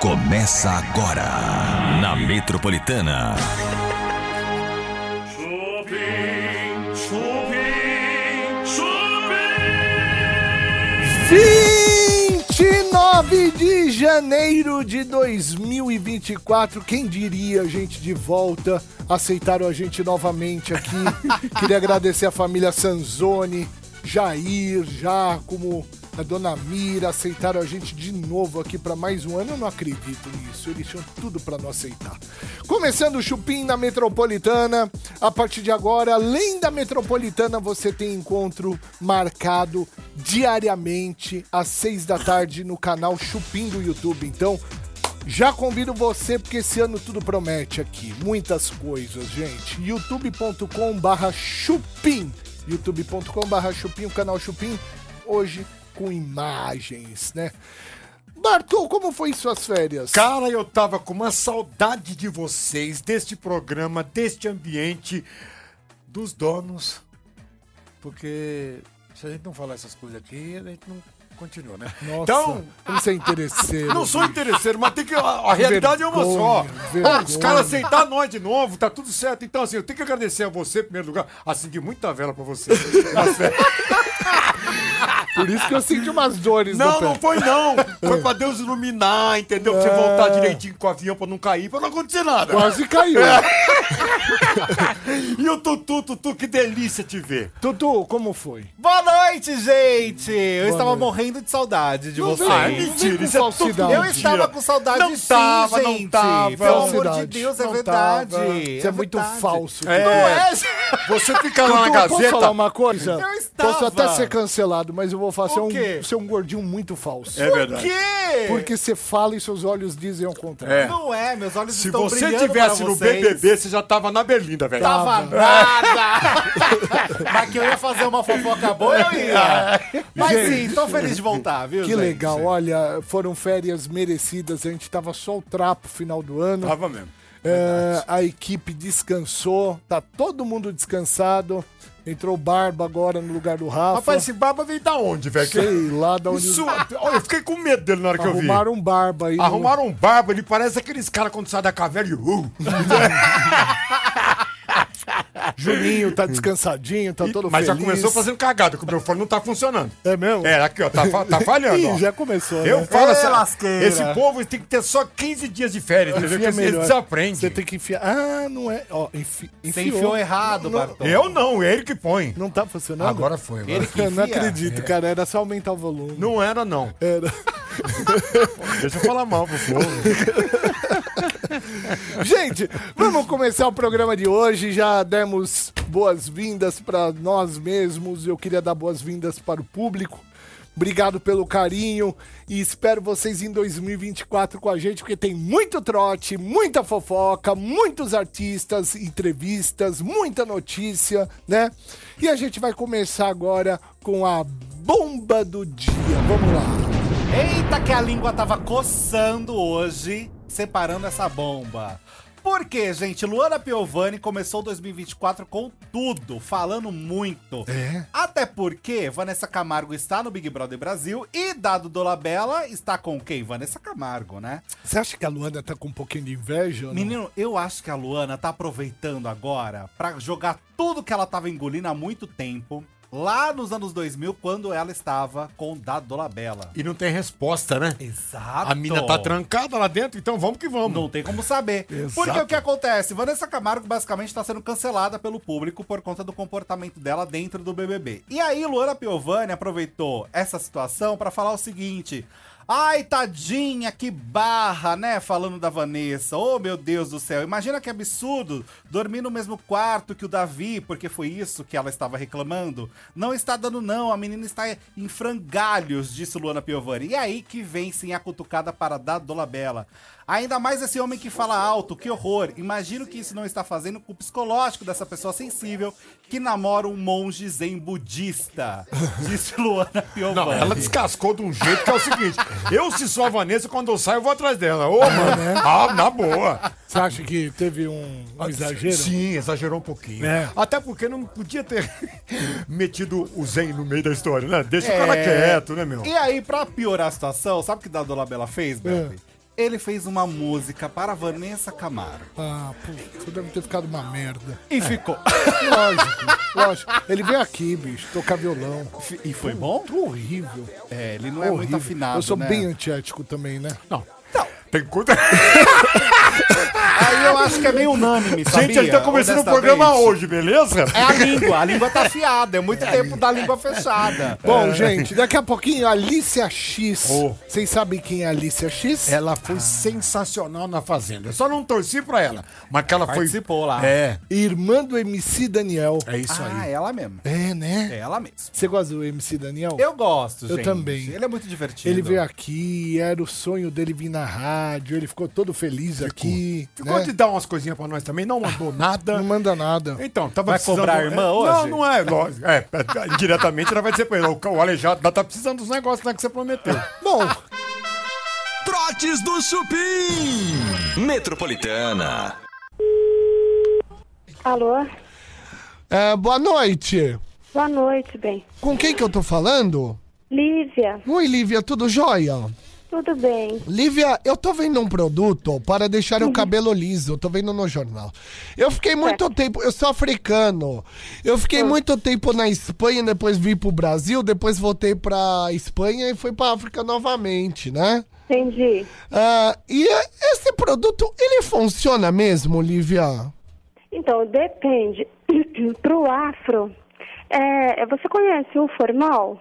Começa agora na Metropolitana. Chupim, chupim, chupim. 29 de janeiro de 2024. Quem diria, gente, de volta. Aceitaram a gente novamente aqui. Queria agradecer a família Sanzoni, Jair, Jacomo, a dona Mira. Aceitaram a gente de novo aqui para mais um ano. Eu não acredito nisso. Eles tinham tudo para não aceitar. Começando o Chupim na Metropolitana. A partir de agora, além da Metropolitana, você tem encontro marcado diariamente às seis da tarde no canal Chupim do YouTube. Então, já convido você porque esse ano tudo promete aqui. Muitas coisas, gente. youtube.com/barra chupim. youtube.com/barra chupim, o canal Chupim, hoje com imagens, né? Bartô, como foi suas férias? Cara, eu tava com uma saudade de vocês, deste programa, deste ambiente, dos donos. Porque se a gente não falar essas coisas aqui, a gente não continua, né? Nossa, Então, como você é interesseiro. não sou interesseiro, mas tem que. A, a realidade é uma só. vergonha. Os caras aceitaram nós de novo, tá tudo certo. Então, assim, eu tenho que agradecer a você, em primeiro lugar. Acendi muita vela pra você. nas férias. Por isso que eu senti umas dores no Não, pé. não foi não. Foi pra Deus iluminar, entendeu? Pra você voltar direitinho com o avião pra não cair, pra não acontecer nada. Quase caiu. É. E o Tutu, Tutu, que delícia te ver. Tutu, como foi? Boa noite, gente! Eu estava noite. morrendo de saudade de Ah, Não vocês. vem, não vem mentira, com isso é tudo falsidade. Eu mentira. estava com saudade Não sim, tava, não gente. tava. Pelo amor de Falsidade. Deus, é Não verdade. tava. Você é, muito verdade. é falso. É. Tutu. Você fica Tutu, lá posso na falar Gazeta. uma coisa? Eu estava. Posso até ser cancelado, mas eu vou falar, você é O um, quê? você é um gordinho muito falso. É Por verdade. quê? Porque você fala e seus olhos dizem ao contrário. É. Não é, meus olhos Se estão você brilhando tivesse para no vocês. BBB, você já tava na Berlinda, velho. Tava nada! Mas que eu ia fazer uma fofoca boa, eu ia. Mas sim, tô feliz de voltar, viu? Que gente? legal, olha, foram férias merecidas, a gente tava só o trapo final do ano. Tava mesmo. É, a equipe descansou, tá todo mundo descansado. Entrou o Barba agora no lugar do Rafa. Rapaz, esse barba veio da onde, velho? sei lá da onde Isso, olha, eu fiquei com medo dele na hora que eu vi. arrumaram um Barba aí. no- Arrumaram um barba, ele parece aqueles caras quando sai da caverna e... Uh, Juninho tá descansadinho, tá todo mas já feliz. começou fazendo cagada, que o meu fone não tá funcionando. É mesmo? É, aqui, ó, tá, fa- tá falhando, ó. Ih, já começou, Eu né? falo Ê, assim, lasqueira. esse povo tem que ter só 15 dias de férias, entendeu? Enfia Porque eles é melhor. desaprendem. Você tem que enfiar. Ah, não é. Ó, enfi... Você enfiou errado, Não- Bartô. Eu não, é ele que põe. Não tá funcionando? Agora foi, agora. Ele que Eu não enfia. acredito, cara. Era só aumentar o volume. Não era, não. Era. Deixa eu falar mal pro povo. Gente, vamos começar o programa de hoje. Já demos boas-vindas para nós mesmos. Eu queria dar boas-vindas para o público. Obrigado pelo carinho e espero vocês em 2024 com a gente, porque tem muito trote, muita fofoca, muitos artistas, entrevistas, muita notícia, né? E a gente vai começar agora com a bomba do dia. Vamos lá. Eita, que a língua tava coçando hoje, separando essa bomba. Por quê, gente? Luana Piovani começou 2024 com tudo, falando muito. É? Até porque Vanessa Camargo está no Big Brother Brasil e Dado Dolabella está com quem? Vanessa Camargo, né? Você acha que a Luana tá com um pouquinho de inveja? ou não? Menino, eu acho que a Luana tá aproveitando agora pra jogar tudo que ela tava engolindo há muito tempo, lá nos anos 2000, quando ela estava com Dado Dolabella. E não tem resposta, né? Exato. A mina tá trancada lá dentro, então vamos que vamos. Não tem como saber. Exato. Porque o que acontece? Vanessa Camargo basicamente está sendo cancelada pelo público por conta do comportamento dela dentro do BBB. E aí, Luana Piovani aproveitou essa situação para falar o seguinte. Ai, tadinha, que barra, né? Falando da Vanessa. Oh, meu Deus do céu. Imagina que absurdo dormir no mesmo quarto que o Davi, porque foi isso que ela estava reclamando. Não está dando, não. A menina está em frangalhos, disse Luana Piovani. E aí que vem sim a cutucada para dar Dolabella. Ainda mais esse homem que fala alto, que horror. Imagino que isso não está fazendo com o psicológico dessa pessoa sensível que namora um monge zen budista, disse Luana Piovani. Não, ela descascou de um jeito que é o seguinte: eu, se sou a Vanessa, quando eu saio, eu vou atrás dela. Ô, mano, É, né? ah, na boa. Você acha que teve um, um exagero? né? Sim, exagerou um pouquinho. É. Até porque não podia ter metido o Zen no meio da É. história, né? Deixa o cara quieto, né, meu? E aí, pra piorar a situação, sabe o que a Dolabella fez, Bebe? Ele fez uma música para Vanessa Camargo. Ah, puta, deve ter ficado uma merda. E ficou. Lógico, lógico. Ele veio aqui, bicho, tocar violão. E foi bom? Horrível. É, ele não é muito horrível. afinado, Eu sou né? bem antiético também, né? Não. Então, Tem coisa. aí eu acho que é meio unânime, sabia? Gente, a gente tá começando o programa Honestamente. hoje, beleza? É a língua, a língua tá afiada, é muito tempo da língua fechada. Bom, gente, daqui a pouquinho, Alicia X. Oh. Vocês sabem quem é Alicia X? Ela foi sensacional na Fazenda. Eu só não torci pra ela, mas que ela Participou foi... lá. É, Irmã do MC Daniel. é isso Ah, aí. ela mesmo. É, né? É ela mesmo. Você gosta do MC Daniel? Eu gosto, Eu gente. também. Ele é muito divertido. Ele veio aqui, era o sonho dele vir na rádio, ele ficou todo feliz aqui. Ficou né? de dar umas coisinhas pra nós também, não mandou nada. Não manda nada. Então, tava Vai precisando... cobrar a irmã é, hoje? Não, não é, lógico. É, diretamente ela vai dizer pra ele, o, o Aleijado tá precisando dos negócios né, que você prometeu. Bom, Trotes do Chupim. Metropolitana. Alô? é, boa noite. Boa noite, bem. Com quem que eu tô falando? Lívia, Oi, Lívia, tudo jóia? tudo bem? Lívia, eu tô vendo um produto para deixar Uhum. o cabelo liso. Eu tô vendo no jornal. Eu fiquei muito tempo. Eu sou africano. Eu fiquei Uhum. muito tempo na Espanha, depois vim pro Brasil, depois voltei pra Espanha e fui pra África novamente, né? Entendi. Ah, e esse produto, ele funciona mesmo, Lívia? Então, depende. Pro afro, é, você conhece o formal?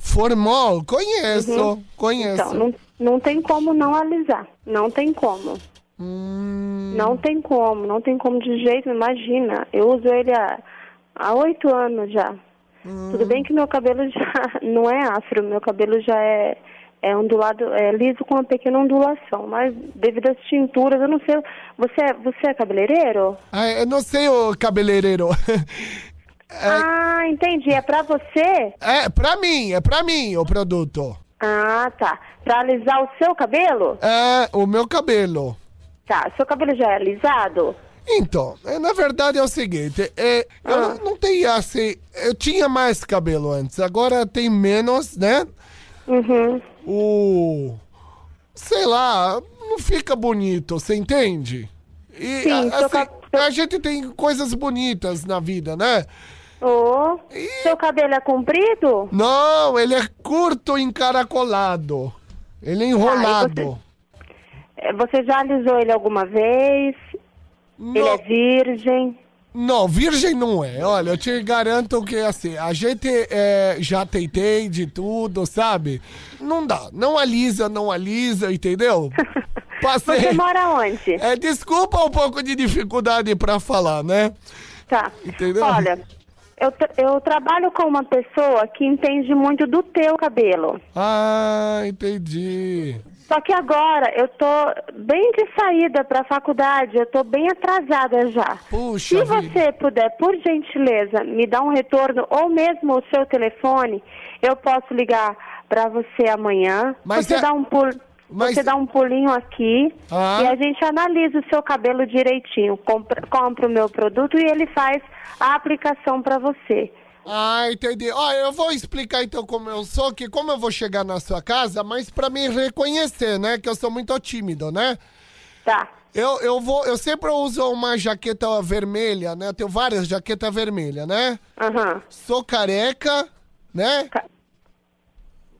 Formal? Conheço, Uhum. conheço. Então, não, não tem como não alisar. Não tem como. Não tem como, não tem como de jeito, imagina. Eu uso ele há há oito anos já. Tudo bem que meu cabelo já não é afro, meu cabelo já é, é ondulado, é liso com uma pequena ondulação, mas devido às tinturas, eu não sei. Você, é- você é cabeleireiro? Ah, eu não sei, o cabeleireiro. Ah, entendi. É pra você? é pra mim, é pra mim o produto. Ah, tá. Pra alisar o seu cabelo? É o meu cabelo. Tá. Seu cabelo já é alisado? Então, é, na verdade é o seguinte, é, eu Ah. não, não tenho assim, eu tinha mais cabelo antes, agora tem menos, né? Uhum. O. Sei lá, não fica bonito, você entende? E Sim, a- seu assim, cab- a gente tem coisas bonitas na vida, né? Oh. Seu cabelo é comprido? Não, ele é curto e encaracolado. Ele Ah, é enrolado. É, Você já alisou ele alguma vez? Ele é Não, virgem? não, virgem não é. Olha, eu te garanto que assim, a gente é, já tentei de tudo, sabe? Não dá. Não alisa, não alisa, entendeu? Você Passei. mora onde? É, desculpa um pouco de dificuldade pra falar, né? Tá. Entendeu? Olha, eu, tra- eu trabalho com uma pessoa que entende muito do teu cabelo. Ah, entendi. Só que agora eu tô bem de saída pra faculdade, eu tô bem atrasada já. Puxa Se vida. você puder, por gentileza, me dar um retorno ou mesmo o seu telefone, eu posso ligar pra você amanhã. Mas você é- dá um pulo, mas- você dá um pulinho aqui Ah. e a gente analisa o seu cabelo direitinho, compra, compra o meu produto e ele faz a aplicação pra você. Ah, entendi. Ó, eu vou explicar então como eu sou, que como eu vou chegar na sua casa, mas pra me reconhecer, né? Que eu sou muito tímido, né? Tá. Eu, eu vou, eu sempre uso uma jaqueta vermelha, né? Eu tenho várias jaquetas vermelhas, né? Aham. Sou careca, né? Ca-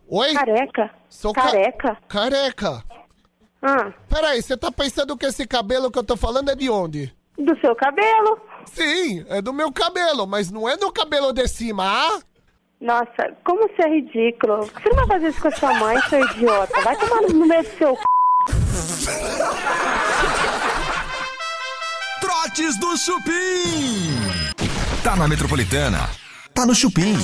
Oi? Careca? Sou ca- Careca? Careca. Ah, Peraí, você tá pensando que esse cabelo que eu tô falando é de onde? do seu cabelo? Sim, é do meu cabelo, mas não é do cabelo de cima, ah? Nossa, como você é ridículo. Você não vai fazer isso com a sua mãe, seu idiota. Vai tomar no meio do seu c... Trotes do Chupim. Tá na Metropolitana. Tá no Chupim.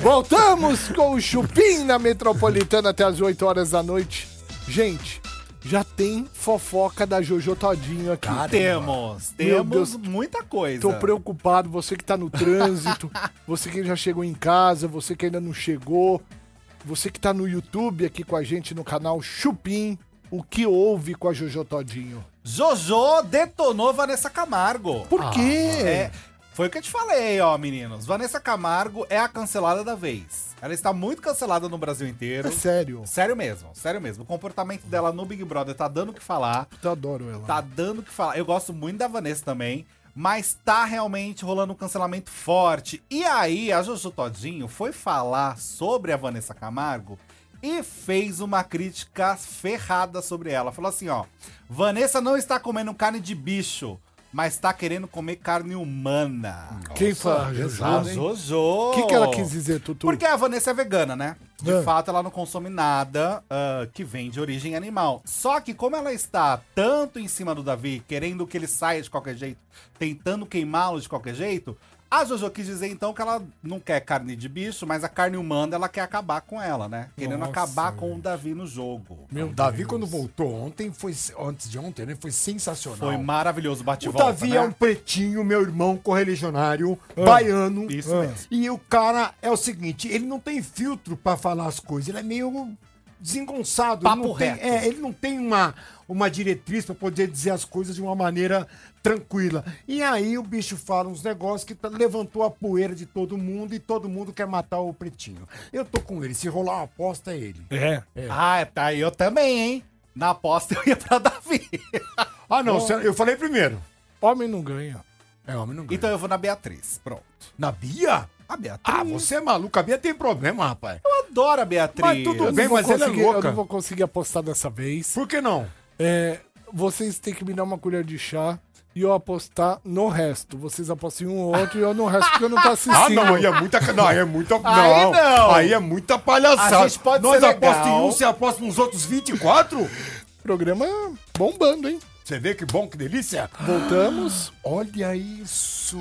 Voltamos com o Chupim na Metropolitana até as 8 horas da noite. Gente, já tem fofoca da Jojo Todinho aqui. Temos, Meu Deus. temos muita coisa. Tô preocupado, você que tá no trânsito, você que já chegou em casa, você que ainda não chegou, você que tá no YouTube aqui com a gente no canal Chupim, o que houve com a Jojo Todinho? Jojo detonou Vanessa Camargo. Ah, Por quê? É, Foi o que eu te falei, ó, meninos. Vanessa Camargo é a cancelada da vez. Ela está muito cancelada no Brasil inteiro. É sério. Sério mesmo, sério mesmo. O comportamento dela no Big Brother tá dando o que falar. Eu adoro ela. Tá dando o que falar. Eu gosto muito da Vanessa também. Mas tá realmente rolando um cancelamento forte. E aí, a Jojo Todinho foi falar sobre a Vanessa Camargo e fez uma crítica ferrada sobre ela. Falou assim: ó, Vanessa não está comendo carne de bicho, mas tá querendo comer carne humana. Quem fala? Juju, A hein? Jojo! O que, que ela quis dizer, Tutu? Porque a Vanessa é vegana, né? De É. fato, ela não consome nada ah, que vem de origem animal. Só que como ela está tanto em cima do Davi, querendo que ele saia de qualquer jeito, tentando queimá-lo de qualquer jeito, a Jojo quis dizer então que ela não quer carne de bicho, mas a carne humana ela quer acabar com ela, né? Querendo Nossa, acabar com o Davi no jogo. Meu Davi, quando voltou ontem, foi antes de ontem, né? Foi sensacional. Foi maravilhoso o O bate-volta, Davi né? é um pretinho, meu irmão correligionário, baiano. Isso Ah. mesmo. E o cara é o seguinte, ele não tem filtro pra falar as coisas, ele é meio desengonçado. Papo ele não tem, reto. é, ele não tem uma, uma diretriz pra poder dizer as coisas de uma maneira tranquila. E aí o bicho fala uns negócios que tá- levantou a poeira de todo mundo e todo mundo quer matar o pretinho. Eu tô com ele, se rolar uma aposta é ele. É. Ah, tá. Eu também, hein? Na aposta eu ia pra Davi. Ah, não, sério, eu falei primeiro. Homem não ganha. É, homem não ganha. então eu vou na Beatriz. Pronto. Na Bia? A Beatriz. Ah, você é maluco, a Bia tem problema, rapaz. Eu adoro a Beatriz. Mas tudo Eu Bem, não vou mas ela é conseguir- louca. Eu não vou conseguir apostar dessa vez. Por que não? É, vocês têm que me dar uma colher de chá e eu apostar no resto. Vocês apostam em um ou outro e eu no resto, porque eu não tô Ah, assistindo. não, aí é muita. Não, aí é muita. Não, Aí não. Aí é muita palhaçada. A gente pode Nós ser aposta em legal. um, você aposta nos outros 24? Programa é bombando, hein? Você vê que bom, que delícia? Voltamos. Olha isso.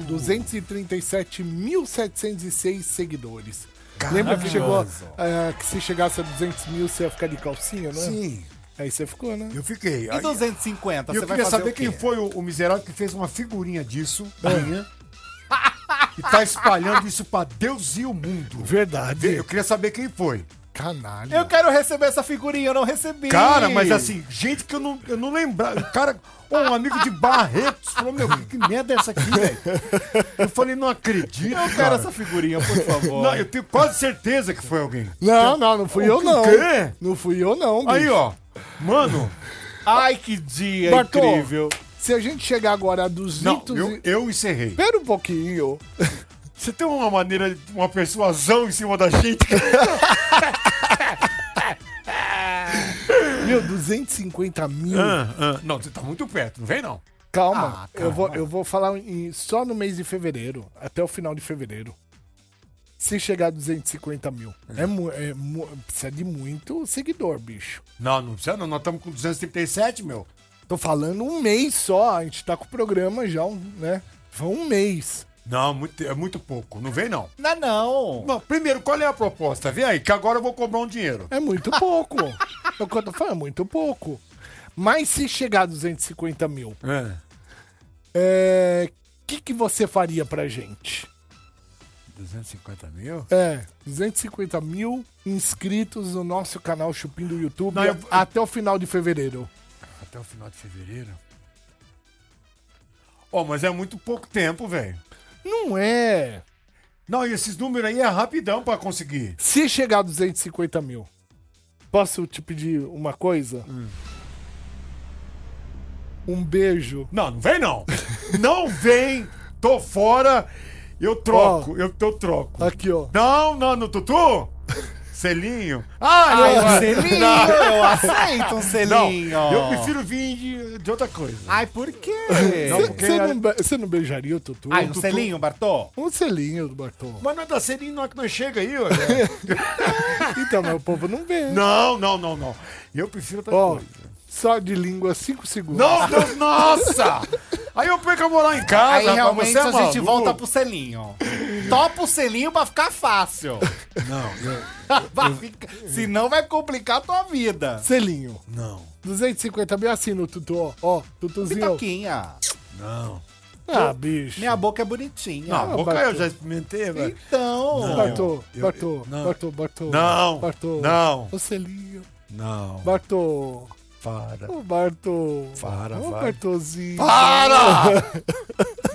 237.706 seguidores. Lembra que chegou é, que se chegasse a 200 mil você ia ficar de calcinha, né? Sim, Aí você ficou, né? eu fiquei. E 250, E Então, você eu vai queria fazer saber o quê? Ah. quem foi o, o miserável que fez uma figurinha disso, minha, e tá espalhando isso pra Deus e o mundo. Verdade. Eu queria saber quem foi. Canalha. Eu quero receber essa figurinha, eu não recebi. Cara, mas assim, gente que eu não, eu não lembrava. O Cara, ó, um amigo de Barretos falou: Meu, que, que merda é essa aqui, velho? Eu falei: Não acredito. Eu quero cara. essa figurinha, por favor. Não, eu tenho quase certeza que foi alguém. Não, não, não fui eu, O não. quê? Não fui eu, não. bicho. Aí, ó. Mano, Ai, que dia Bartô. incrível. Se a gente chegar agora a 200 não, e... eu, eu encerrei. Espera um pouquinho. Você tem uma maneira, uma persuasão em cima da gente? Meu, 250 mil. não, você tá muito perto, não vem não. Ah, Calma. Eu, vou, eu vou falar em- só no mês de fevereiro, até o final de fevereiro. Se chegar a 250 mil. É. mu- é mu- precisa de muito seguidor, bicho. Não, não precisa, não. Nós estamos com 237, meu. Tô falando um mês só. A gente tá com o programa já, um- né? Foi um mês. Não, muito, é muito pouco. Não vem não. Não, não. Bom, primeiro, qual é a proposta? Vem aí, que agora eu vou cobrar um dinheiro. É muito pouco. é o que eu tô falando, é muito pouco. Mas se chegar a 250 mil, é. O que, que você faria pra gente? 250 mil? É, 250 mil inscritos no nosso canal Chupim do YouTube Não, eu- até o final de fevereiro. Até o final de fevereiro? Ó, mas é muito pouco tempo, velho. Não é. Não, e esses números aí é rapidão pra conseguir. Se chegar a 250 mil, posso te pedir uma coisa? Hum. Um beijo. Não, não vem não. não vem. Tô fora. Eu troco. Eu, eu troco. Aqui, ó. Não, não, no Tutu. Selinho. Ah, eu- um selinho. Não. Eu aceito um Não, selinho. eu prefiro vir de, de outra coisa. Ai, por quê? Não, porque- Ah, Você não, be- você não beijaria o Tutu? Ai, O um Tutu- selinho, Bartô? Um selinho, Bartô. Mas não é da Selinho não é que nós chega aí, ó. Então, meu povo não vê. Ah. não, não, não, não. Eu prefiro outra Ó, coisa. só de língua, 5 segundos. Não, Deus, nossa! Aí eu perco a moral em casa, Aí rapaz, realmente você é a gente maluco. volta pro selinho. Topa o selinho pra ficar fácil. Não, eu- Vai ficar- Senão vai complicar a tua vida. Selinho. não, 250 mil assina o Tutu, ó. Ó, Então, Tutuzinho. Pitoquinha. não. Ah, bicho. Minha boca é bonitinha. Não, a boca Bartô. eu já experimentei, velho. Então. Bartô, eu- Bartô, não. Bartô, Bartô. Não, Bartô. não. Ô, Celinho. Não, Bartô. para. Ô, Bartô. Para, Ô, vai. Bartôzinho. Para!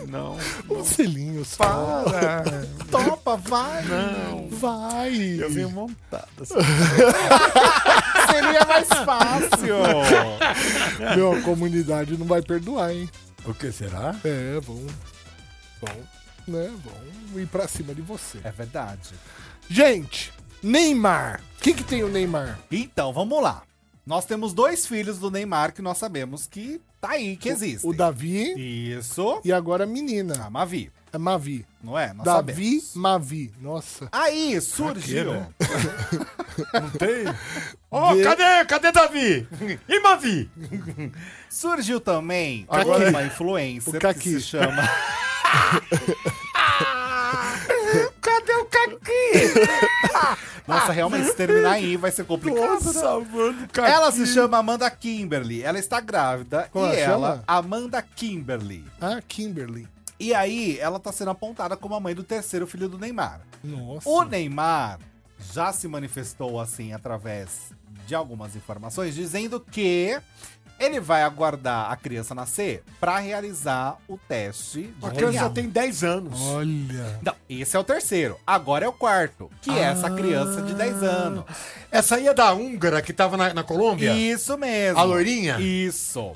Não. Um selinho só. Para. Topa, vai. Não. assim. Vai. Eu vim montada. Seria mais fácil. né? Meu, a comunidade não vai perdoar, hein? O que será? É, vão. Vão. Né, vão ir pra cima de você. É verdade. Gente, Neymar. O que, que tem o Neymar? Então, vamos lá. Nós temos dois filhos do Neymar que nós sabemos que tá aí, que existem. O Davi Isso. e agora a A menina. Mavi, Ah, A Mavi. não é? Nós Davi sabemos. Mavi. Nossa. Aí surgiu. Pra Ó, De- cadê? Cadê Davi? E Mavi? Surgiu também Agora- uma influencer O que Caqui. se chama. Cadê o Caqui? Nossa, realmente, se terminar aí vai ser complicado. né? Nossa, mano, Caqui. Ela se chama Amanda Kimberly. Ela está grávida. Como e ela ela, chama? Amanda Kimberly. Ah, Kimberly. E aí, ela tá sendo apontada como a mãe do terceiro filho do Neymar. Nossa. O Neymar já se manifestou assim através de algumas informações, dizendo que ele vai aguardar a criança nascer para realizar o teste de A criança DNA. já tem 10 anos. Olha. Não, esse é o terceiro. Agora é o quarto, que é essa Ah. criança de 10 anos. Essa aí é da húngara que tava na, na Colômbia? Isso mesmo. A loirinha? Isso.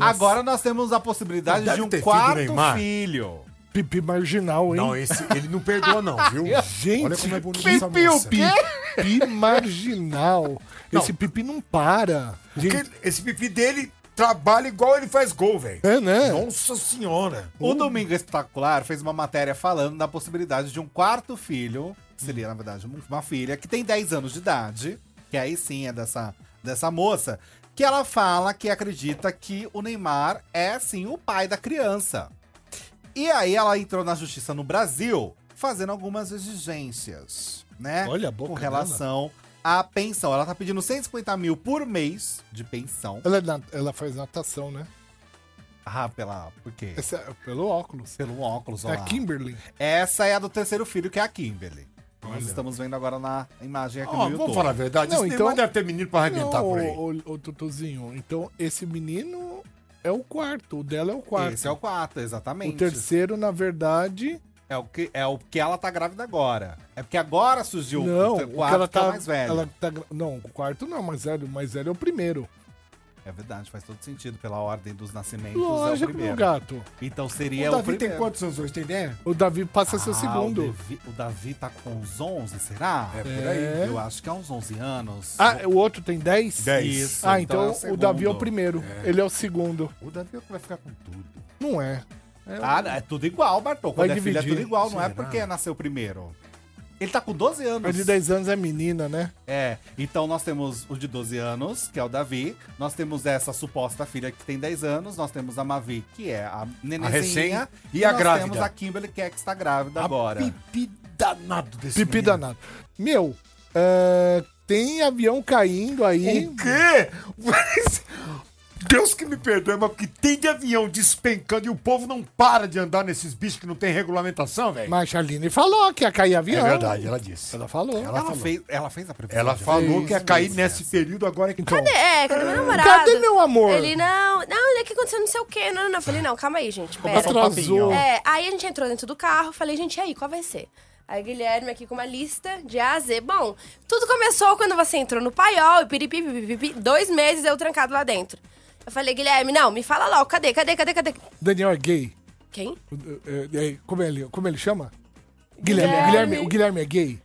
Agora nós temos a possibilidade Mas de deve um ter filho do quarto Neymar. filho. Pipi marginal, hein? Não, esse, ele não perdoa não, viu? Gente, Olha como é bonita que essa moça. pipi, pipi marginal. Esse pipi não para. Gente, Porque esse pipi dele trabalha igual ele faz gol, velho. é, né? Nossa senhora. O Domingo Espetacular fez uma matéria falando da possibilidade de um quarto filho, que seria, na verdade, um- uma filha, que tem 10 anos de idade, que aí sim é dessa, dessa moça, que ela fala que acredita que o Neymar é, sim, o pai da criança. E aí ela entrou na justiça no Brasil, fazendo algumas exigências, né? Olha a boca Com relação à pensão. Ela tá pedindo 150 mil por mês de pensão. Ela, é na- ela faz natação, né? Ah, pela... por quê? Essa é pelo óculos. Pelo óculos, ó É a lá. Kimberly. Essa é a do terceiro filho, que é a Kimberly. Nós estamos vendo agora na imagem aqui Ó, no vamos YouTube. falar a verdade, Não, esse então- Neymar deve ter menino pra arrebentar por aí. Ô, ô, ô, Tutuzinho, então esse menino é o quarto. O dela é o quarto. Esse é o quarto, exatamente. O terceiro, na verdade. É o que é o que ela tá grávida agora. É porque agora surgiu não, o o quarto, que ela que é o tá. mais velho. ela tá gra- não, o quarto não, mas velho, mais velho é o primeiro. É verdade, faz todo sentido pela ordem dos nascimentos, é o Lógico, meu primeiro. gato. Então O seria o, Davi tem primeiro. quantos anos hoje, tem ideia? O Davi passa a ser é o Ah, O segundo. Davi, o Davi tá com uns 11, será? É, por aí. Eu acho que é uns 11 anos. Ah, o outro tem 10? Dez. Isso, Ah, então, é o Davi é o segundo. primeiro. Ele é o segundo. O Davi é o que vai ficar com tudo. Não é. Ah, é tudo igual, Bartô. Quando é filho é dividir. tudo igual, não é Será? porque nasceu primeiro. Ele tá com 12 A anos. de 10 anos é menina, né? É, então nós temos o de 12 anos, que é o Davi. Nós temos essa suposta filha que tem 10 anos. Nós temos a Mavi, que é a nenenzinha. recém- e a nós grávida. temos a Kimberly, que é que está grávida agora. Pipi danado desse Pipi menino. danado. Meu, é, tem avião caindo aí. O quê? Mas, Deus que me perdoe, mas o que tem de avião despencando e o povo não para de andar nesses bichos que não tem regulamentação, velho? Mas a Aline falou que ia cair É avião. verdade, ela disse. Ela falou. Ela- Ela, falou. fez, ela fez a previsão. Ela de falou aviso? que ia cair Fez, nesse né? período agora que então, É, cadê meu namorado? Cadê meu amor? Ele, não, é. não, ele aqui aconteceu não sei o quê. Não, não, não. Eu falei, não, calma aí, gente. Pera. Começou um papinho. Atrasou. É, aí a gente entrou dentro do carro, falei, gente, e aí, qual vai ser? Aí Guilherme aqui com uma lista de A a Z. Bom, tudo começou quando você entrou no paiol e piripi, piripi, dois meses eu trancado lá dentro. Eu falei, Guilherme, não, me fala logo, cadê, cadê, cadê, cadê? Daniel é gay. Quem? É, é, é, como, ele, como ele chama? Guilherme. O Guilherme, o Guilherme é gay?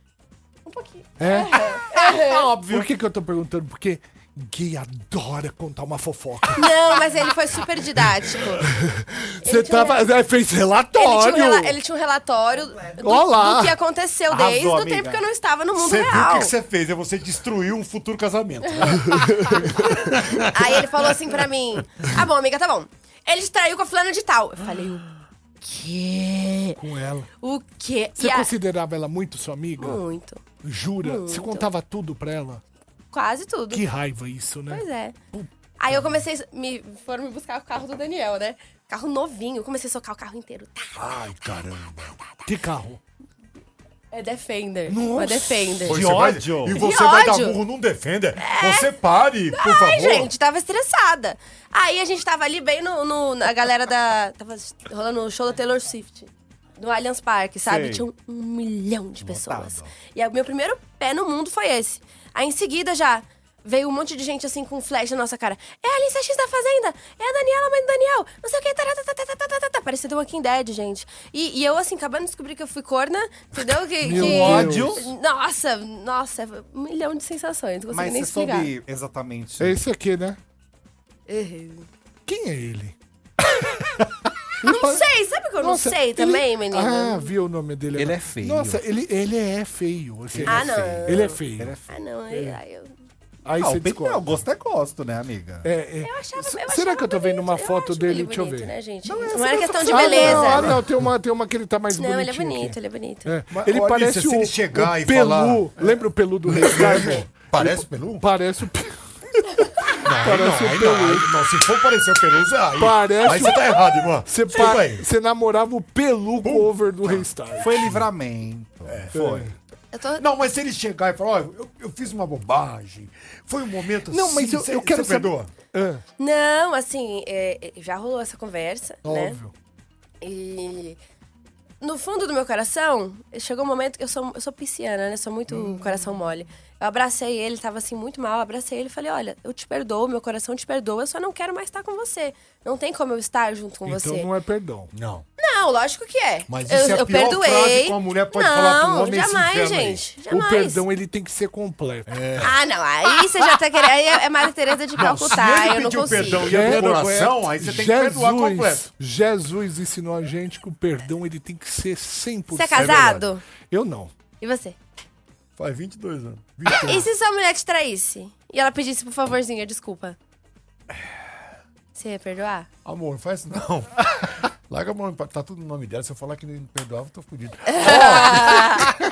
Um pouquinho. É? É óbvio. Por que, que eu tô perguntando? Porque gay adora contar uma fofoca. Não, mas ele foi super didático. Você tinha um tava. é, Fez Ele tinha, um relatório. rela- ele tinha um relatório do, Olá. do que aconteceu Arrasou, desde o amiga. tempo que eu não estava no mundo Você viu o real. que que você fez? É você destruiu um futuro casamento. Aí ele falou assim pra mim: Ah, bom, amiga, tá bom. Ele te traiu com a fulana de tal. Eu falei: O quê? Com ela. O quê? Você E a- considerava ela muito sua amiga? Muito. Jura? Você muito. contava tudo pra ela? Quase tudo. Que raiva isso, né? Pois é. Aí eu comecei. Me, foram me buscar o carro do Daniel, né? Carro novinho. Eu comecei a socar o carro inteiro. Tá. Ai, caramba. Que carro? É Defender. Uma Defender. Pois Foi- De você vai- ódio. e De você vai dar ódio. É. burro num defender. Você pare, por favor. Ai, gente, tava estressada. Aí a gente tava ali bem no. no- na galera da. Tava rolando o show da Taylor Swift. No Allianz Parque, sabe? Sei. Tinha um, um milhão de pessoas. E aí, o meu primeiro pé no mundo foi esse. Aí em seguida já veio um monte de gente assim com flash na nossa cara. É a Alice X da Fazenda! É a Daniela, mãe do Daniel! Não sei o que. Taratatatatata. Parecia The Walking Dead, gente. E, e eu, assim, acabando de descobrir que eu fui corna, entendeu? Que, Meu que- Deus. Nossa, nossa, um milhão de sensações. Não consigo Mas nem você explicar. soube exatamente. É esse aqui, né? Errei. Quem é ele? Não sei, sabe que eu não Nossa, sei ele- também, menino? Ah, viu o nome dele. Ele agora. é feio. Nossa, ele, ele é feio. assim. Ah, não. Ele é feio. Ah, não, É. aí, aí eu, Aí Não, você o bem- não, descobre. gosto é gosto, né, amiga? É, é. eu achava. eu Será achava que eu tô vendo bonito, uma eu foto acho dele? ele Deixa eu bonito, ver. Né, gente? Não, Não, essa era pessoa- questão de Ah, beleza. Não, ah, Não, não, tem uma, tem uma que ele tá mais bonitinho. ele é bonito, aqui. ele é bonito. É, Mas, Ele olha, parece se o, ele chegar o e Pelu. falar- Lembra o Pelu do Resgate? Parece pelu? Parece o Pelu. Parece não, o aí Pelu. não, aí não. Se for parecer o Peluso, aí, Parece aí você um- tá errado, irmã. Você Desculpa pa- aí. você namorava o Pelu cover do Restart. Foi livramento. Foi. Eu tô... Não, mas se ele chegar e falar, ó, eu, eu fiz uma bobagem, foi um momento Não, assim, mas eu- você- eu quero você perdoa? Ah, Não, assim, é, é, já rolou essa conversa, né? óbvio. E no fundo do meu coração, chegou um momento que eu sou, eu sou pisciana, né? Sou muito Hum. coração mole. Eu abracei ele, tava assim muito mal, abracei ele e falei: Olha, eu te perdoo, meu coração te perdoa, eu só não quero mais estar com você. Não tem como eu estar junto com Então você. não é perdão. Não. Não, lógico que é. Mas eu, isso é a eu pior perdoei. frase que uma mulher pode não, falar pra um homem, esse jamais, inferno aí. gente. O Jamais. perdão ele tem que ser completo. É, Ah, não. Aí você já tá querendo. Aí é é Maria Tereza de Calcutá. se ele eu não pediu consigo. perdão e a É, coração, aí você tem que perdoar completo. Jesus ensinou a gente que o perdão ele tem que ser 100%. Você é casado? Eu não. e você? Faz 22 anos. E se sua mulher te traísse? E ela pedisse, por favorzinho, desculpa. Você ia perdoar? Amor, faz não. Larga a mão, tá tudo no nome dela. Se eu falar que não perdoava, eu tô fudido. Ó,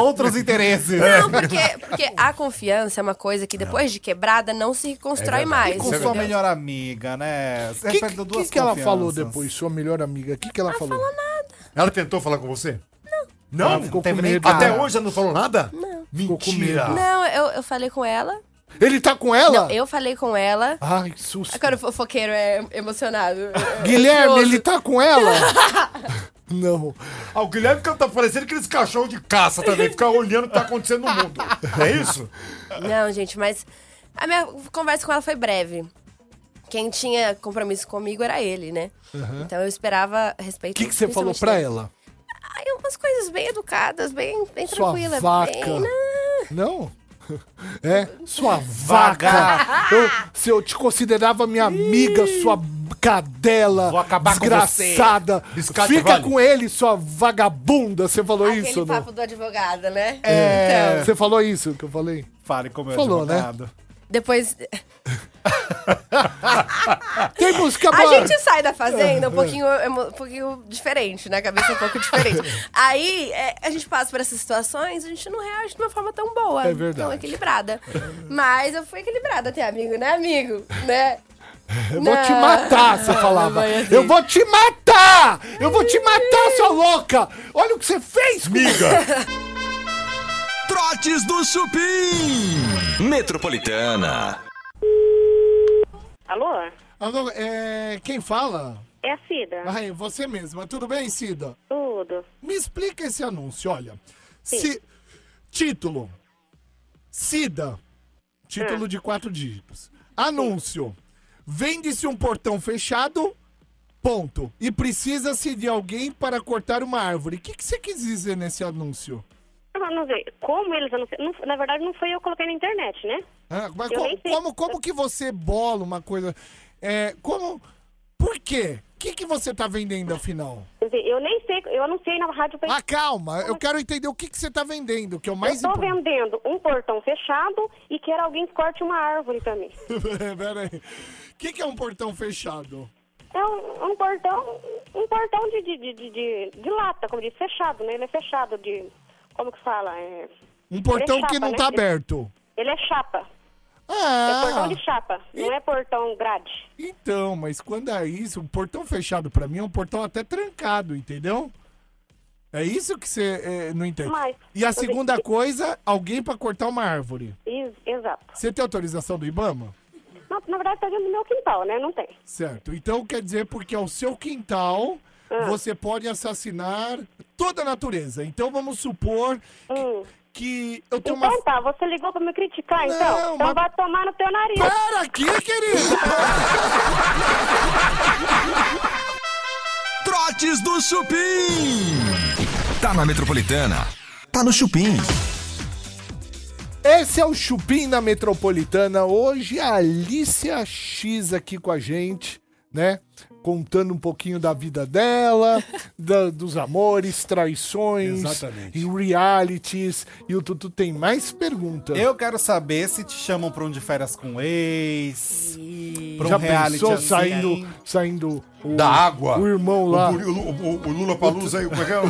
Outros interesses. Não, porque, porque a confiança é uma coisa que depois de quebrada não se É reconstrói mais. Com sua entendeu? melhor amiga, né? Você O que, perdeu que, duas que ela confianças. falou depois, sua melhor amiga? O que, que ela Ah, falou? ela tentou falar com você? Não. Ela Não? ficou teve com nem medo. Até hoje ela não falou nada? Não. Ficou com Mentira. Não, eu, eu falei com ela. Ele tá com ela? Eu falei com ela. Ai, que susto. Agora o fofoqueiro é emocionado. é Guilherme, ansioso. ele tá com ela? não. Ah, o Guilherme que tá parecendo aqueles cachorros de caça também, ficar olhando o que tá acontecendo no mundo. É isso? Não, gente, mas a minha conversa com ela foi breve. Quem tinha compromisso comigo era ele, né? Então eu esperava respeito. O que, que você falou principalmente pra dele. ela? Ai, umas coisas bem educadas, bem, bem Sua tranquila. vaca. Bem, né? não. Não? É? Sua vaca! Eu, Ah! se eu te considerava minha amiga, sua cadela, Vou acabar com desgraçada. Biscate Fica vale. com ele, sua vagabunda. Você falou Aquele isso, ou não? papo do advogado, né? É. Você falou isso que eu falei? Fale como eu Falou, né? advogado. Depois. Tem música A boa. gente sai da É, fazenda um pouquinho, emo- um pouquinho diferente, né? A cabeça é um pouco diferente. Aí é, a gente passa por essas situações, a gente não reage de uma forma tão boa. É verdade. É. Tão equilibrada. Mas eu fui equilibrada até, amigo, né, amigo? Né? Eu vou te Não. é assim. matar, você falava. Eu vou te matar! Eu vou te matar, sua louca! Olha o que você fez comigo! Trotes do Chupim. Metropolitana. Alô? Alô, é, quem fala? É a Cida? Ai, você mesma. Tudo bem, Cida? Tudo. Me explica esse anúncio, olha. Se... Título. Cida. Título Hum. de quatro dígitos. Anúncio. Vende-se um portão fechado, ponto. E precisa-se de alguém para cortar uma árvore. O que, que você quis dizer nesse anúncio? Não, não sei. Como eles anunciaram? Não- na verdade, não foi eu que coloquei na internet, né? Ah, mas Eu co- nem sei. como, como que você bola uma coisa? É, como. Por quê? O que, que você tá vendendo afinal? Quer dizer, Eu nem sei, eu anunciei na rádio pra Ah, calma, eu quero entender o que, que você tá vendendo, que é o é Eu mais estou importante. vendendo um portão fechado e quero alguém que corte uma árvore pra mim. Pera aí. O que, que é um portão fechado? É um, um portão, um portão de, de, de, de, de- de lata, como diz, fechado, né? Ele é fechado de. Como que fala? É, Um portão que chapa, não né? tá aberto. ele é chapa. É Ah, portão de chapa, não é portão grade. então, mas quando é isso, um portão fechado pra mim é um portão até trancado, entendeu? É isso que você é, não entende. Mas, e a eu sei segunda que- coisa, alguém pra cortar uma árvore. Ex- Exato. Você tem autorização do Ibama? Não, na verdade, tá dentro do meu quintal, né? Não tem. Certo. Então quer dizer porque ao seu quintal Ah. você pode assassinar toda a natureza. Então vamos supor que, que eu tenho uma. Hum. Então tá, você ligou pra me criticar, então? Então mas- vai tomar no teu nariz. Pera aqui, querido! Trotes do Chupim. Tá na Metropolitana. Tá no Chupim. Esse é o Chupim na Metropolitana. Hoje a Alicia X aqui com a gente, né? Contando um pouquinho da vida dela, da- dos amores, traições, Exatamente. e realities. E o Tutu tem mais pergunta. Eu quero saber se te chamam pra um de férias com ex. Pra um Já reality pensou assim, saindo, hein? saindo o, Da água. o irmão lá? O, Lula Palusa aí, como é que é?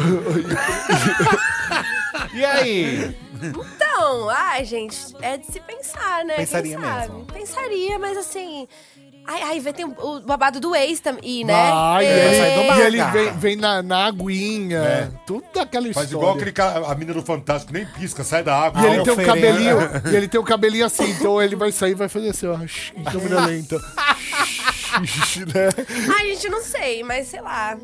E aí? Então, ai, gente, é de se pensar, né? Pensaria Quem sabe? mesmo. Pensaria, mas assim. Ai, ai, vai ter o babado do ex também, né? Ah, e ele sai do ele, bar, e ele cara. vem, vem na, na aguinha, tudo aquela história. É. Faz igual aquele cara, a mina do Fantástico, nem pisca, sai da água. E ele Ah, tem um o oferenda. cabelinho, e ele tem o cabelinho assim, então ele vai sair e vai fazer assim, ó, em câmera lenta. né? Ai, gente, não sei, mas sei lá.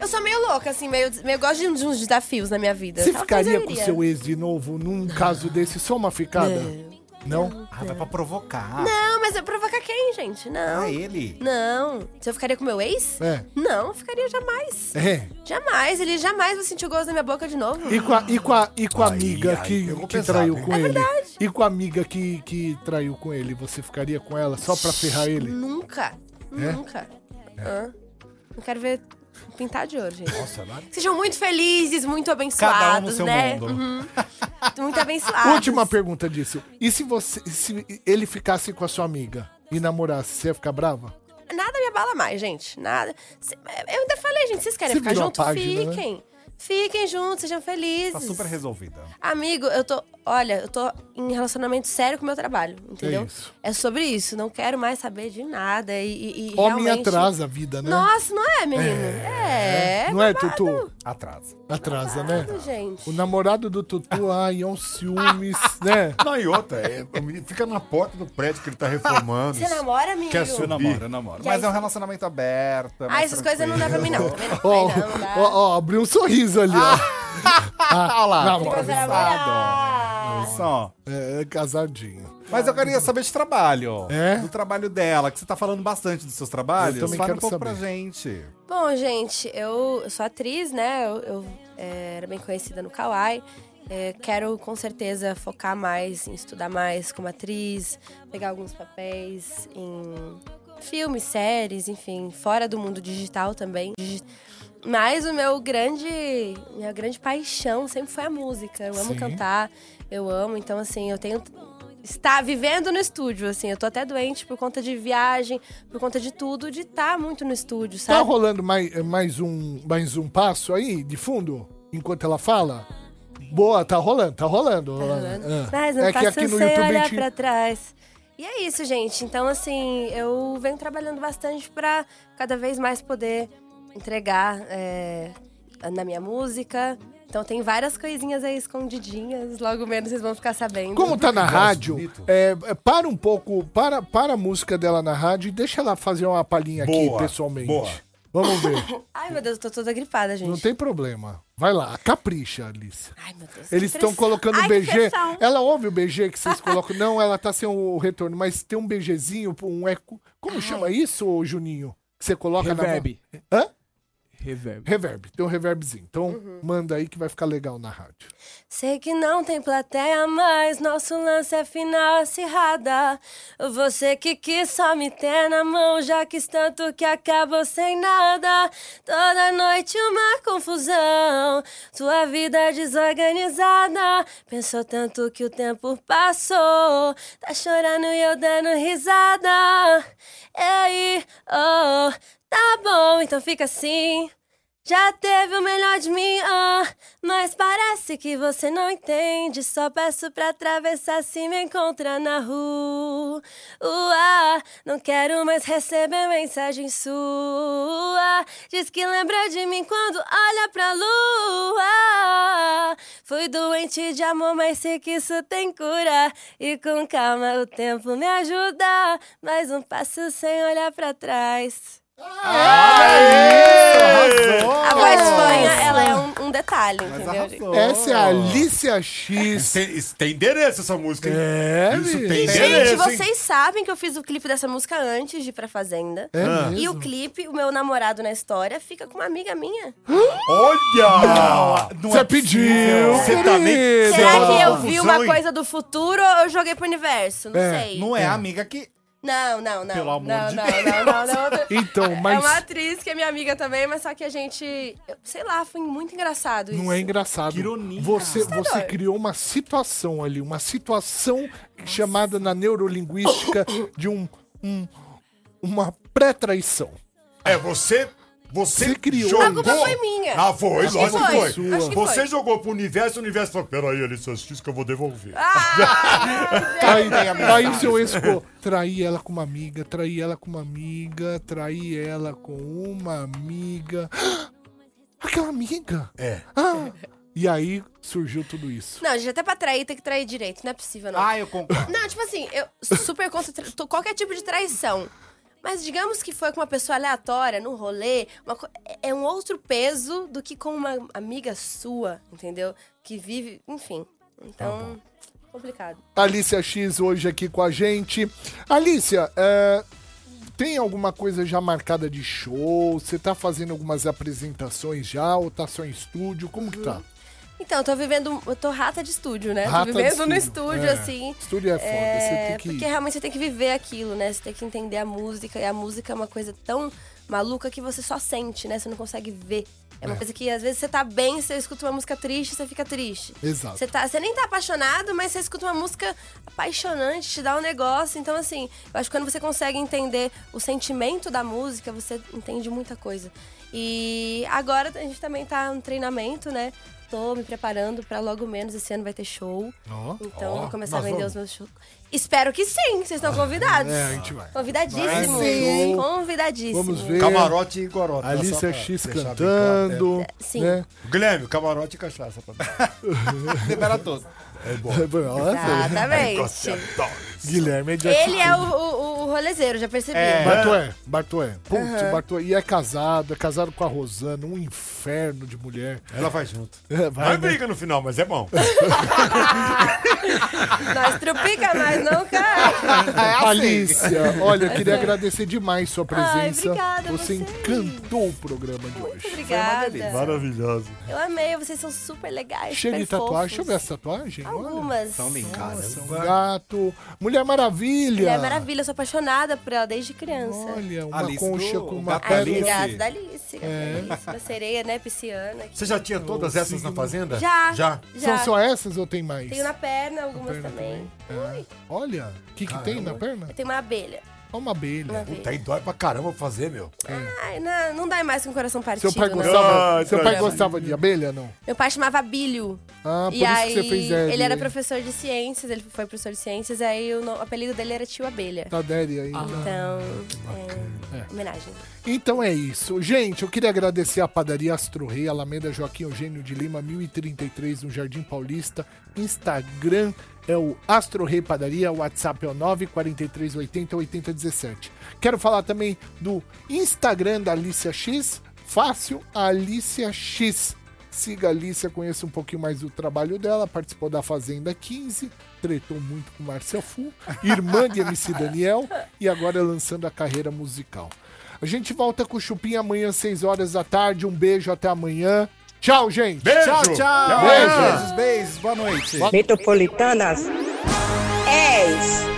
Eu sou meio louca, assim, meio, meio gosto de, de uns desafios na minha vida. Você Talvez ficaria eu com iria. seu ex de novo num caso desse, só uma ficada? Não? Ah, vai pra provocar. Não, mas eu provocar quem, gente? Não. Ah, ele. Não. Se eu ficaria com meu ex? É. Não, eu ficaria jamais. É. Jamais. Ele jamais vai sentir o gosto na minha boca de novo. E com a, e com a, e com a Ai, amiga ai, que, pegou que pesado, traiu hein? com ele? E com a amiga que, que traiu com ele, você ficaria com ela só pra ferrar ele? É? Nunca. Nunca. Hã? Não quero ver pintar de ouro, gente. Nossa, lá- Sejam muito felizes, muito abençoados, Cada um no seu né? mundo. Uhum. Muito abençoados. Última pergunta disso. E se você. Se ele ficasse com a sua amiga e namorasse, você ia ficar brava? Nada me abala mais, gente. Nada. Cê- Eu ainda falei, gente, vocês querem Você ficar virou a junto? página, né? Fiquem. Fiquem juntos, sejam felizes. Tá super resolvida. Amigo, eu tô. Olha, eu tô em relacionamento sério com o meu trabalho, entendeu? isso. É sobre isso. Não quero mais saber de nada. E, e, e Homem realmente- atrasa a vida, né? Nossa, não é, menino? É. Não é, Tutu? Atrasa. Atrasa, né? gente. O namorado do Tutu, ai, é um ciúmes, né? Não, e outra, é, o menino fica na porta do prédio que ele tá reformando. Você namora, amigo? Quer subir? Eu namoro, eu namoro. Já Mas é um isso- relacionamento aberto. é Ah, mais essas coisas não dá pra mim, não. Também não. Ó, Ai, não, não dá. ó, ó, abriu um sorriso ali, ó. Ah lá, Namora. Depois eu ó. namorar. Isso, ó. É, casadinho. Mas eu queria saber de trabalho. É? Do trabalho dela, que você tá falando bastante dos seus trabalhos. Eu também Fala quero um pouco pra saber. gente. Bom, gente, eu, eu sou atriz, né? Eu, eu, é, era bem conhecida no Kawaii. É, quero, com certeza, focar mais em estudar mais como atriz, pegar alguns papéis em filmes, séries, enfim, fora do mundo digital também. Digi- Mas o meu grande, minha grande paixão sempre foi a música. Eu amo Sim. cantar, eu amo, então assim, eu tenho estar vivendo no estúdio, assim, eu tô até doente por conta de viagem, por conta de tudo, de estar muito no estúdio, Tá sabe? rolando mais, mais, um, mais um passo aí, de fundo, enquanto ela fala? Boa, tá rolando, tá rolando. rolando. Ah. Mas não é que passa aqui no sem YouTube a olhar gente... pra trás. E é isso, gente. Então, assim, eu venho trabalhando bastante pra cada vez mais poder entregar é, na minha música. Então tem várias coisinhas aí escondidinhas, logo menos vocês vão ficar sabendo. Como tá na rádio, um bonito. é, é, para um pouco, para, para a música dela na rádio e deixa ela fazer uma palhinha aqui Boa, pessoalmente. boa. Vamos ver, Ai, meu Deus, eu tô toda gripada, gente. não tem problema. Vai lá, capricha, Alice. Ai, meu Deus. que Eles estão pressão. colocando o Ai, que BG. pressão. Ela ouve o BG que vocês colocam. Não, ela tá sem o retorno, mas tem um BGzinho, um eco. Como chama isso, ô, Juninho? Que você coloca Reverb. na. Hã? Reverb. Reverb, tem um reverbzinho. Então, Uhum. manda aí que vai ficar legal na rádio. Sei que não tem plateia, mas nosso lance é final acirrada. Você que quis só me ter na mão, já quis tanto que acabou sem nada. Toda noite uma confusão, sua vida é desorganizada. Pensou tanto que o tempo passou, tá chorando e eu dando risada. Ei, oh, tá bom, então fica assim. Já teve o melhor de mim, ah, mas parece que você não entende. Só peço pra atravessar se me encontra na rua. Ah, Não quero mais receber mensagem sua. Diz que lembra de mim quando olha pra lua. Fui doente de amor, mas sei que isso tem cura. E com calma o tempo me ajuda. Mais um passo sem olhar pra trás. A voz espanha, ela é um, um detalhe, entendeu? Oh. gente? Essa é a Alicia X. Tem, isso tem endereço essa música, hein? É, Isso bicho. tem Gente, endereço, hein? tipo, vocês sabem que eu fiz o clipe dessa música antes de ir pra Fazenda. É Ah. E mesmo? o clipe, o meu namorado na história, fica com uma amiga minha. Olha! Você pediu, Você tá querido. nem... Será Você tá na que eu vi confusão, uma hein? coisa do futuro ou eu joguei pro universo? Não É, sei. Não é a amiga que. Não, não, não. Pelo amor não, de não, não, não, não, não. Então, É mas uma atriz que é minha amiga também, mas só que a gente. eu- Sei lá, foi muito engraçado isso. não é engraçado. Que ironia. Você, você Assustador. criou uma situação ali, uma situação chamada na neurolinguística de um, um- uma pré-traição. É, você... Você, Você criou. jogou... A culpa foi minha. Ah, foi, Acho que lógico que foi. foi. Acho que você foi. jogou pro universo, o universo falou, peraí, Alice, X que eu vou devolver. Ah, Aí, tem a aí o mensagem. seu ex pô, traí ela com uma amiga, traí ela com uma amiga, traí ela com uma amiga. Aquela amiga. É. Ah, e aí surgiu tudo isso. não, gente, até pra trair tem que trair direito, não é possível, não. Ah, eu concordo. Não, tipo assim, eu super contra tra- to- qualquer tipo de traição. Mas digamos que foi com uma pessoa aleatória, no rolê, uma co- é- é um outro peso do que com uma amiga sua, entendeu? Que vive, enfim. Então, complicado. Alicia X hoje aqui com a gente. Alicia, é, tem alguma coisa já marcada de show? Você tá fazendo algumas apresentações já ou tá só em estúdio? Como que tá? Então, eu tô vivendo, eu tô rata de estúdio, né? Rata de tô vivendo no estúdio, estúdio, é. assim. Estúdio é foda, É, você tem que Porque realmente você tem que viver aquilo, né? Você tem que entender a música. E a música é uma coisa tão maluca que você só sente, né? Você não consegue ver. É uma coisa que às vezes você tá bem, você escuta uma música triste, você fica triste. Exato. Você, tá, você nem tá apaixonado, mas você escuta uma música apaixonante, te dá um negócio. Então, assim, eu acho que quando você consegue entender o sentimento da música, você entende muita coisa. E agora a gente também tá no treinamento, né? Tô me preparando pra logo menos esse ano vai ter show. Ó. Então Ó, eu vou começar a nós vender vamos. os meus shows. Espero que sim, vocês estão convidados. É, a gente vai. Convidadíssimos. Vai sim. Convidadíssimos. Vamos ver. Camarote e gorota. só pra Alicia X deixar bem claro. cantando. Sim. Né? É. Guilherme, camarote e cachaça pra mim. Libera todos. É bom. Nossa, Exatamente. Guilherme é de Ele é o, o, o rolezeiro, já percebi. É. Bartué, Bartué. Putz, Bartué. E é casado, é casado com a Rosana, um inferno de mulher. Ela vai junto. É, Vai vai, né? briga no final, mas é bom. Nós trupica, mas não cai. Alicia, olha, eu queria agradecer demais sua presença. É assim. obrigada, você vocês. encantou o programa de Muito hoje. obrigada. Maravilhoso. Eu amei, vocês são super legais. Cheio de super tatuagem. Deixa eu fofos. ver essa tatuagem. Olha. Algumas. Nossa, um gato. Mulher Maravilha. Ele é maravilha, eu sou apaixonada por ela desde criança. Olha, uma Alice concha do- com o uma gato pedra. Ai, Alice. obrigada, da Alice. É. Alice, Uma sereia, né, pisciana. que- Você já tinha todas essas na fazenda? Já, Já. São já. só essas ou tem mais? Tenho na perna algumas perna também. É. Olha, o que, que tem na perna? Tem uma abelha. Ó uma abelha. Uma Puta, aí Tá, dói pra caramba fazer, meu. Ai, não, não dá mais com o coração partido, Seu pai né? gostava, Ah, seu pai tá. caramba. gostava de abelha, não? Meu pai chamava Bílio. Ah, por e isso aí, que você fez Ed, ele era hein? professor de ciências, ele foi professor de ciências, aí o, no- o apelido dele era Tio Abelha. Tá Dere aí. Então, é, homenagem. Então é isso. Gente, eu queria agradecer a padaria Astro Rei, Alameda Joaquim Eugênio de Lima, 1033, no Jardim Paulista. Instagram é o Astro Rei Padaria, o WhatsApp é o 943808017. Quero falar também do Instagram da Alicia X, fácil, Alicia X. Siga a Alicia, conheça um pouquinho mais do trabalho dela, participou da Fazenda 15, tretou muito com Márcia Fu, irmã de MC Daniel e agora lançando a carreira musical. A gente volta com o Chupim amanhã, às 6 horas da tarde. Um beijo, até amanhã. Tchau, gente! Beijo! Tchau, Até tchau. amanhã. Beijos, beijos. Boa noite. Metropolitanas 10.